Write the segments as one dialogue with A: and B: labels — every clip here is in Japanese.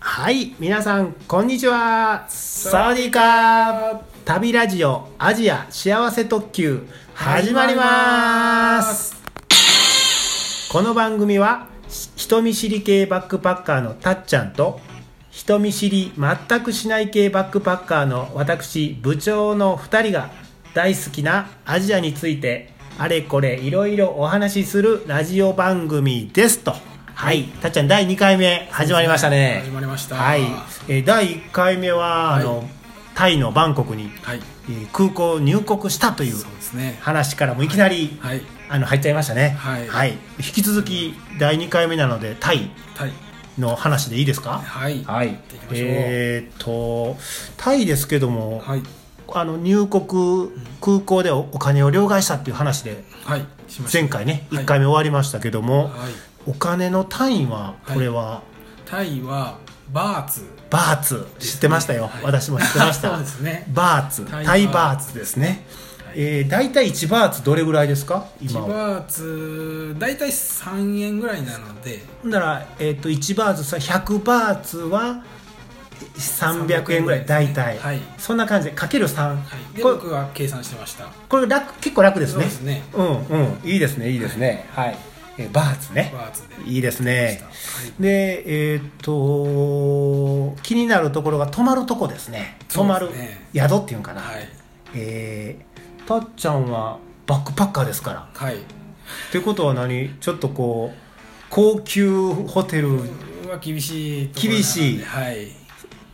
A: はい皆さんこんにちはサワディーカー旅ラジオアジア幸せ特急始まりますこの番組はし人見知り系バックパッカーのたっちゃんと人見知り全くしない系バックパッカーの私部長の2人が大好きなアジアについてあれこれいろいろお話しするラジオ番組ですとはいたっちゃん第2回目始まりましたね
B: 始まりました
A: はいえー第1回目は、あ
B: は
A: のタイのバンコクに、
B: はい
A: えー空港入国したという
B: そうですね
A: 話からもいきなり、
B: はい
A: あの入っちゃいましたね
B: はい
A: 引き続き第2回目なのでタイ
B: タイ
A: の話でいいですか
B: はい
A: はい
B: っていきましょう
A: えーっとタイですけども、
B: はい
A: あの入国空港でおお金を両替したっていう話で
B: はいしました
A: 前回ね
B: はい
A: 1回目終わりましたけども、
B: はい
A: お金の単位はこれは
B: タイはバーツ
A: バーツ知ってましたよ、
B: はい
A: 私も知ってまし
B: そう
A: た
B: ですね
A: バーツ
B: タイバーツ
A: タイバーツですね、
B: はい
A: えー、大体1バーツどれぐらいですか
B: 1
A: 今は
B: バーツ大体3円ぐらいなので
A: ほんなら、えー、と1バーツさ100バーツは300円ぐらい
B: 300
A: 大体、
B: はい
A: そんな感じでかける3、
B: はいで
A: これ
B: 僕は計算してました
A: これ楽結構楽です
B: そう
A: ね
B: ですね
A: うんうんいいですねいいですねはい、えーバーツね
B: バーツで
A: いいですね
B: したはい
A: でえーっと気になるところが泊まるとこですね泊まる
B: そうですね
A: 宿っていうんかな、
B: はい
A: えーたっちゃんはバックパッカーですから
B: はい
A: ってことは何ちょっとこう高級ホテル
B: うわ厳しいところなので
A: 厳しい
B: はい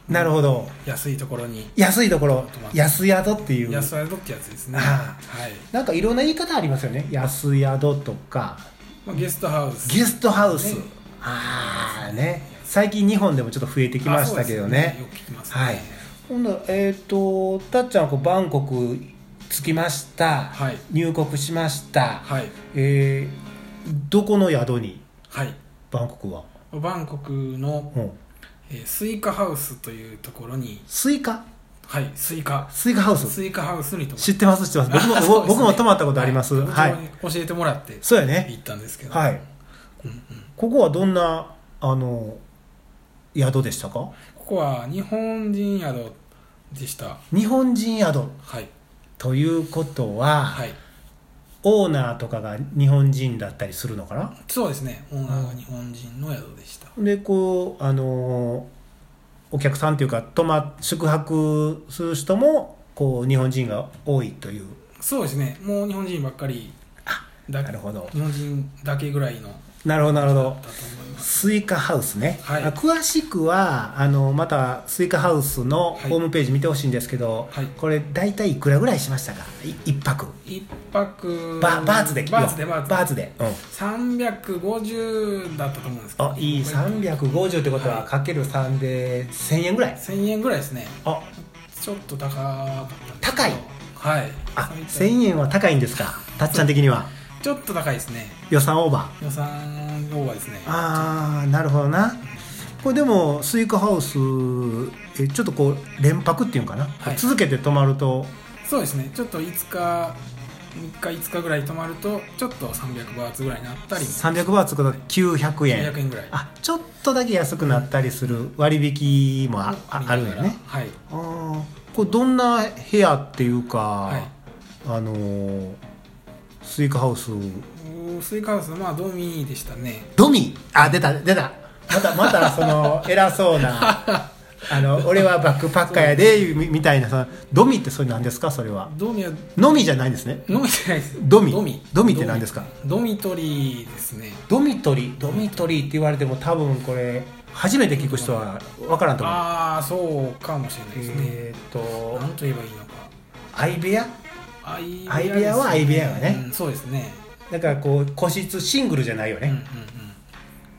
A: なるほど
B: 安いところに
A: 安いところ
B: 泊まる
A: 安宿っていう
B: 安宿ってやつですね
A: あ
B: はい
A: なんかいろんな言い方ありますよね安宿とか
B: まあゲストハウス
A: ゲストハウス、
B: ね
A: ああね最近日本でもちょっと増えてきましたけど
B: あ
A: ね
B: そうですよく聞きますね
A: はいほんでえっ、とたっちゃんはこうバンコク着きました、
B: はい
A: 入国しました、
B: はい
A: えーどこの宿に
B: はい
A: バンコクは、
B: バンコクの、
A: うん、
B: えースイカハウスというところに
A: スイカ
B: はいスイカ
A: スイカハウス
B: スイカハウスに泊ま
A: 知ってます知ってます僕も僕僕も泊まったことありますは、
B: はいいこちらに教えてもらって
A: そうやね
B: 行ったんですけど、
A: はいい
B: うんうん
A: ここはどんなあの宿でしたか
B: ここは日本人宿でした
A: 日本人宿
B: はい
A: ということは、
B: はい
A: オーナーとかが日本人だったりするのかな
B: そうですねオーナーが日本人の宿でした
A: でこうあのーお客さんというか泊ま宿泊する人もこう日本人が多いという
B: そうですねもう日本人ばっかりだ
A: なるほど
B: 日本人だけぐらいのだっ
A: なるほどなるほど
B: たと思います
A: スイカハウスね、
B: はい
A: あ詳しくはあのまたスイカハウスの
B: はい
A: ホームページ見てほしいんですけど、
B: はい
A: これ大体いくらぐらいしましたかい一泊
B: 一泊
A: ババーツで
B: バーツでバーツで
A: バーツで、うん
B: 350だったと思うんですけど
A: あいい350ってことは、
B: はい
A: かける3で1000円ぐらい
B: 1000円ぐらいですね
A: あ
B: ちょっと高かったんですけど
A: 高い
B: はい
A: あ
B: そういっ
A: 1000円は高いんですかたっちゃん的には
B: たちょっと高いですね
A: 予算オーバー
B: 予算オーバーですね
A: ああなるほどなこれでもスイカハウスえちょっとこう連泊っていうんかな、
B: はい
A: 続けて泊まると
B: そうですねちょっと5日3日5日ぐらい泊まるとちょっと300バーツぐらいになったりも
A: 300バーツとか900円
B: 900円ぐらい
A: あちょっとだけ安くなったりする割引もあ,あ、あるんやね
B: はい
A: あーこれどんな部屋っていうか、
B: はい
A: あのースイカハウス
B: うースイカハウスまあドミーでしたね
A: ドミあ出た出たまたまたそ の偉そうなあの俺はバックパッカーやでみみたいなさドミってそれ何ですかそれは
B: ドミは
A: のみじゃないんですね
B: 飲みじゃないです
A: ドミ
B: ドミ
A: ドミって何ですか
B: ドミドミトリーですね
A: ドミトリドミトリって言われても多分これ初めて聞く人は分からんと思う
B: ああそうかもしれないですね
A: えーっと
B: なんと言えばいいのか
A: 相部屋
B: アイ
A: 相部屋は相部屋がね
B: うん、そうですね
A: だからこう個室シングルじゃないよ
B: うんうんう
A: ね
B: ん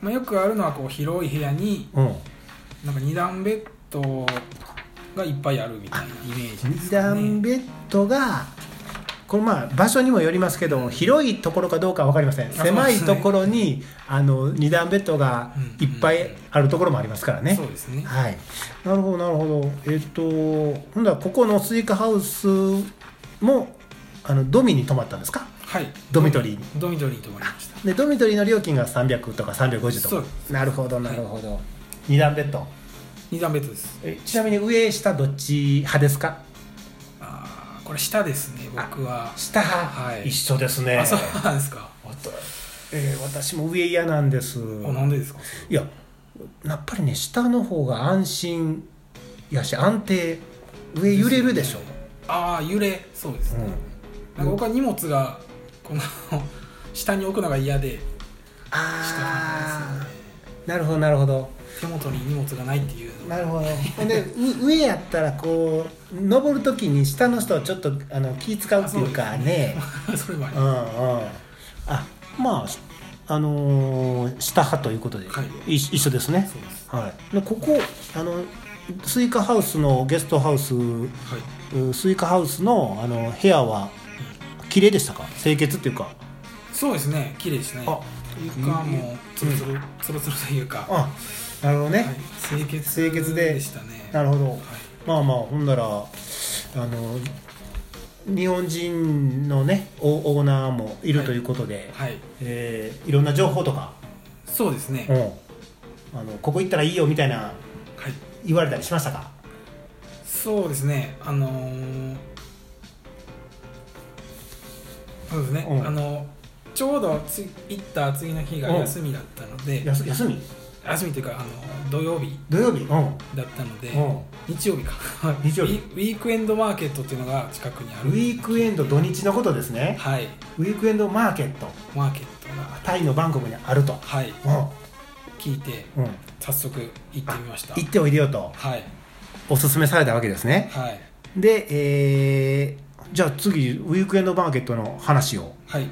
B: まあ、よくあるのはこう広い部屋に
A: うん、
B: なんか二段ベッドがいっぱいあるみたいなイメージです
A: 二
B: か
A: 段
B: ね
A: ベッドがこれまあ場所にもよりますけど広いところかどうかは分かりません
B: そうですね
A: 狭いところにあの二段ベッドがいっぱいあるところもありますからね
B: そうですね
A: はいなるほどなるほどえっ、とほんだらここのスイカハウスもあのドミに泊まったんですか
B: はい
A: ドミトリーに
B: ドミトリーに泊まりました
A: でドミトリーの料金が300とか350と
B: そう
A: か
B: で
A: なるほどなるほど、二段ベッド
B: 二段ベッドです
A: えちなみに上下どっち派ですか
B: あーこれ下ですね僕は
A: 下派、
B: はい
A: 一緒ですね
B: あそうなんですか
A: わたえー私も上嫌なんです
B: あなんでですか
A: いややっぱりね下の方が安心やし安定上揺れるでしょ、
B: ああ揺れそうですね、
A: うん
B: なんか僕は荷物がこの下に置くのが嫌で
A: ああなるほどなるほど
B: 手元に荷物がないっていうのが
A: なるほどほんでう上やったらこう登る時に下の人はちょっとあの気使うっていうかね
B: それもあり
A: うん
B: ま
A: うんあまあしあのー下派ということで、
B: はい
A: い一緒ですね
B: すそうです
A: はい、でここあのスイカハウスのゲストハウス
B: はいう
A: スイカハウスのあの部屋は綺麗でしたか清潔っていうか
B: そうですね綺麗ですね
A: あ
B: 床もつるつるつるつるというか、
A: あなるほどね、
B: はい清潔
A: 清潔で
B: でしたね
A: なるほど
B: はい
A: まあまあほんならあの日本人のねオオーナーもいるということで、い
B: はい、
A: えーいろんな情報とか、
B: そうですね、
A: うん、あのここ行ったらいいよみたいな
B: はい、
A: 言われたりしましたか
B: そうですねあのーそうですね、
A: うん
B: あのちょうどつ行った次の日が休みだったので、
A: やす休み
B: 休みというかあの土曜日
A: 土曜日うん、うん、
B: だったので、日曜日か
A: 日曜日
B: ウィウィークエンドマーケットっていうのが近くにある
A: ウィークエンド土日のことですね
B: はい
A: ウィークエンドマーケット
B: マーケットが
A: タイのバンコクにあると、
B: はい
A: うん
B: 聞いて
A: うん、
B: 早速行ってみました
A: 行っておいでよと
B: はい
A: おすすめされたわけですね
B: はい
A: で、えー、じゃあ次ウィークエンドマーケットの話を
B: はい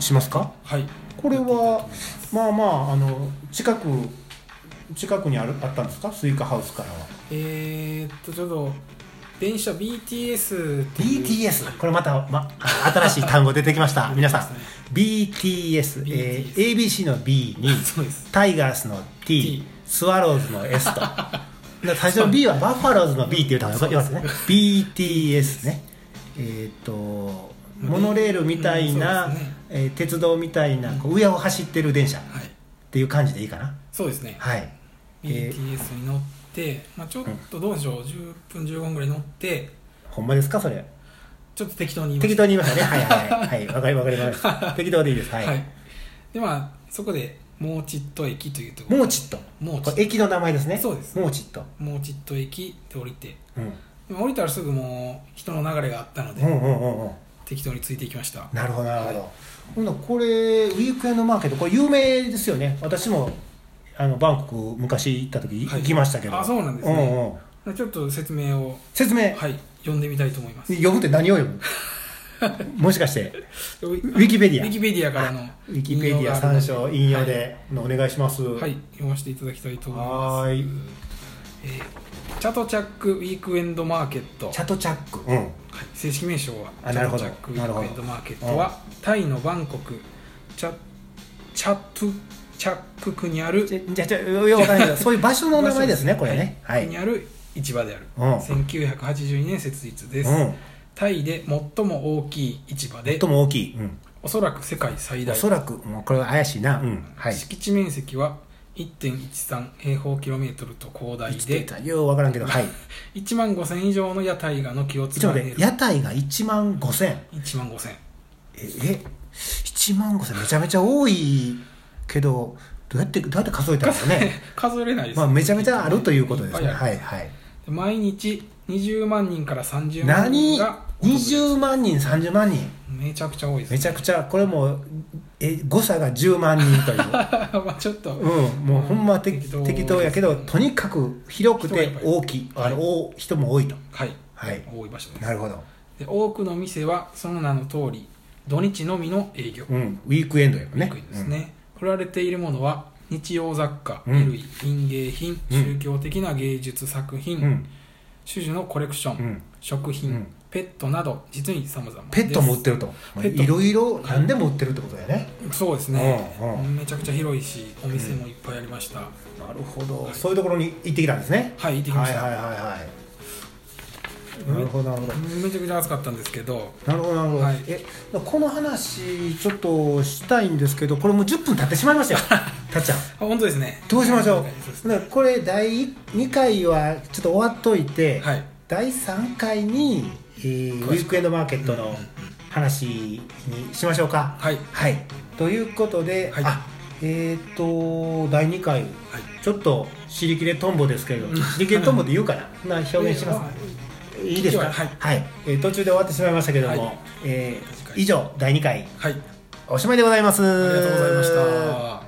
A: しますか
B: はい
A: これはまあまああの近く近くにあるあったんですかスイカハウスからは
B: えー、っとちょっと電車 BTS っていう
A: BTS これまた、ま、新しい単語出てきま した皆さん BTS、えー ABC の B に
B: そうです
A: タイガースの T,
B: T
A: スワローズの S とな最初の B はバファローズの B っていう単語がよかったね BTS ねえーっとモノレールみたいな、
B: うんそうですね
A: えー鉄道みたいなこう上を走ってる電車っ
B: はい
A: ていう感じでいいかな
B: そうですね
A: はい、えー
B: BTS に乗って、まあ、ちょっとどうでしょう10分15分ぐらい乗って
A: ほんまですかそれ
B: ちょっと適当に言いま
A: 適
B: し
A: 当に言いましたねはいはいはいわ、かりわかりま した適当でいいです
B: た
A: はい、
B: はいでまあそこでモーチット駅というところ
A: モーチット
B: モーチ
A: こ
B: ット
A: れ駅の名前ですね
B: そうです
A: モーチット、
B: モーチット駅で降りて
A: うん、
B: まあ降りたらすぐもう人の流れがあったので、
A: うんうんうんうん
B: 適当についていきました
A: なるほどなるほど、ほんならこれウィークエンドマーケットこれ有名ですよね私もあのバンコク昔行った時
B: はい
A: 行きましたけど、
B: あそうなんですね
A: うんうん
B: ちょっと説明を
A: 説明、
B: はい読んでみたいと思います
A: 呼ぶって何を 呼ぶもしかして
B: ウィ
A: ウィキペディア
B: ウィキペディアからの
A: ウィキペディア参照引用で、お願いします
B: はい、はい読ませていただきたいと思います
A: はーい
B: えーチャトチャックウィークエンドマーケット、
A: チャトチャックうん
B: はい正式名称は
A: あ
B: チ
A: なる
B: ャ
A: ほ
B: ト
A: ど
B: チャックウィークエンドマーケットはタイのバンコクチャチャプチャック区にある
A: じゃじゃじゃよくわかんないけどそういう場所の名前ですねこれねは
B: はい
A: い、
B: にある市場である、
A: うん
B: 1982年設立です、
A: うん
B: タイで最も大きい市場で
A: とも大きい、うん、
B: おそらく世界最
A: お
B: 大
A: そらくもうこれは怪しいなうんはい
B: 敷地面積は1.13平方キロメートルと広大
A: 生きて
B: で
A: たようわからんけどはい
B: 1万5000以上の屋台が軒を
A: ちょっと
B: 連
A: 待って
B: ねる
A: 屋台が1万5000
B: 1万5000
A: ええ1万5000めちゃめちゃ多いけどどうやってどうやって数えたんですか ね
B: 数えれないです、
A: まあめちゃめちゃあるということですね
B: いっぱいあ
A: は
B: る
A: いはい
B: 毎日20万人から30万
A: 何
B: 人が訪れる
A: 20万人30万人
B: めちゃくちゃ多いです
A: めちゃくちゃこれもうえ誤差が10万人という
B: まあちょっと、
A: うんもうほんま
B: 適
A: 適
B: 当
A: 適当やけどとにかく広くて大きいあのお人も多いと
B: はい
A: はい
B: 多い場所です
A: なるほど、
B: で多くの店はその名の通り土日のみの営業
A: うん、ウィークエンドやもんね
B: 低いですね、売られているものは日用雑貨、
A: うん
B: 衣類民芸品
A: うん
B: 宗教的な芸術作品、
A: うん、
B: 種々のコレクション、
A: うん
B: 食品、
A: うん
B: ペットなど実に様々です
A: ペットも売ってると
B: ペット
A: いろいろ何でも売ってるってことだよね、
B: そうですね、
A: うんう
B: めちゃくちゃ広いしお店もいっぱいありました、
A: なるほど、そういうところに行ってきたんですね
B: はい行ってきました
A: はいはいはいはいなるほどなるほど
B: めちゃくちゃ暑かったんですけど
A: なるほどなるほど、
B: はい
A: えこの話ちょっとしたいんですけどこれもう10分経ってしまいましたよたっちゃん
B: あ本当ですね
A: どうしましょ
B: そうです
A: う、
B: ね
A: だからこれ第2回はちょっと終わっといて、
B: はい
A: 第3回に、えーウ
B: 詳
A: ィ
B: しく
A: ークエンドマーケットの話にしましょうか
B: はい
A: はいということで、
B: はい
A: あえっ、と第2回
B: はい
A: ちょっとシリキレトンボですけど
B: うん
A: シリキレトンボで言うかなそんな表現します、いいですか
B: はい
A: えー途中で終わってしまいましたけども、
B: はい
A: えー
B: 確かに
A: 以上第2回
B: はい
A: おしまいでございます
B: ありがとうございました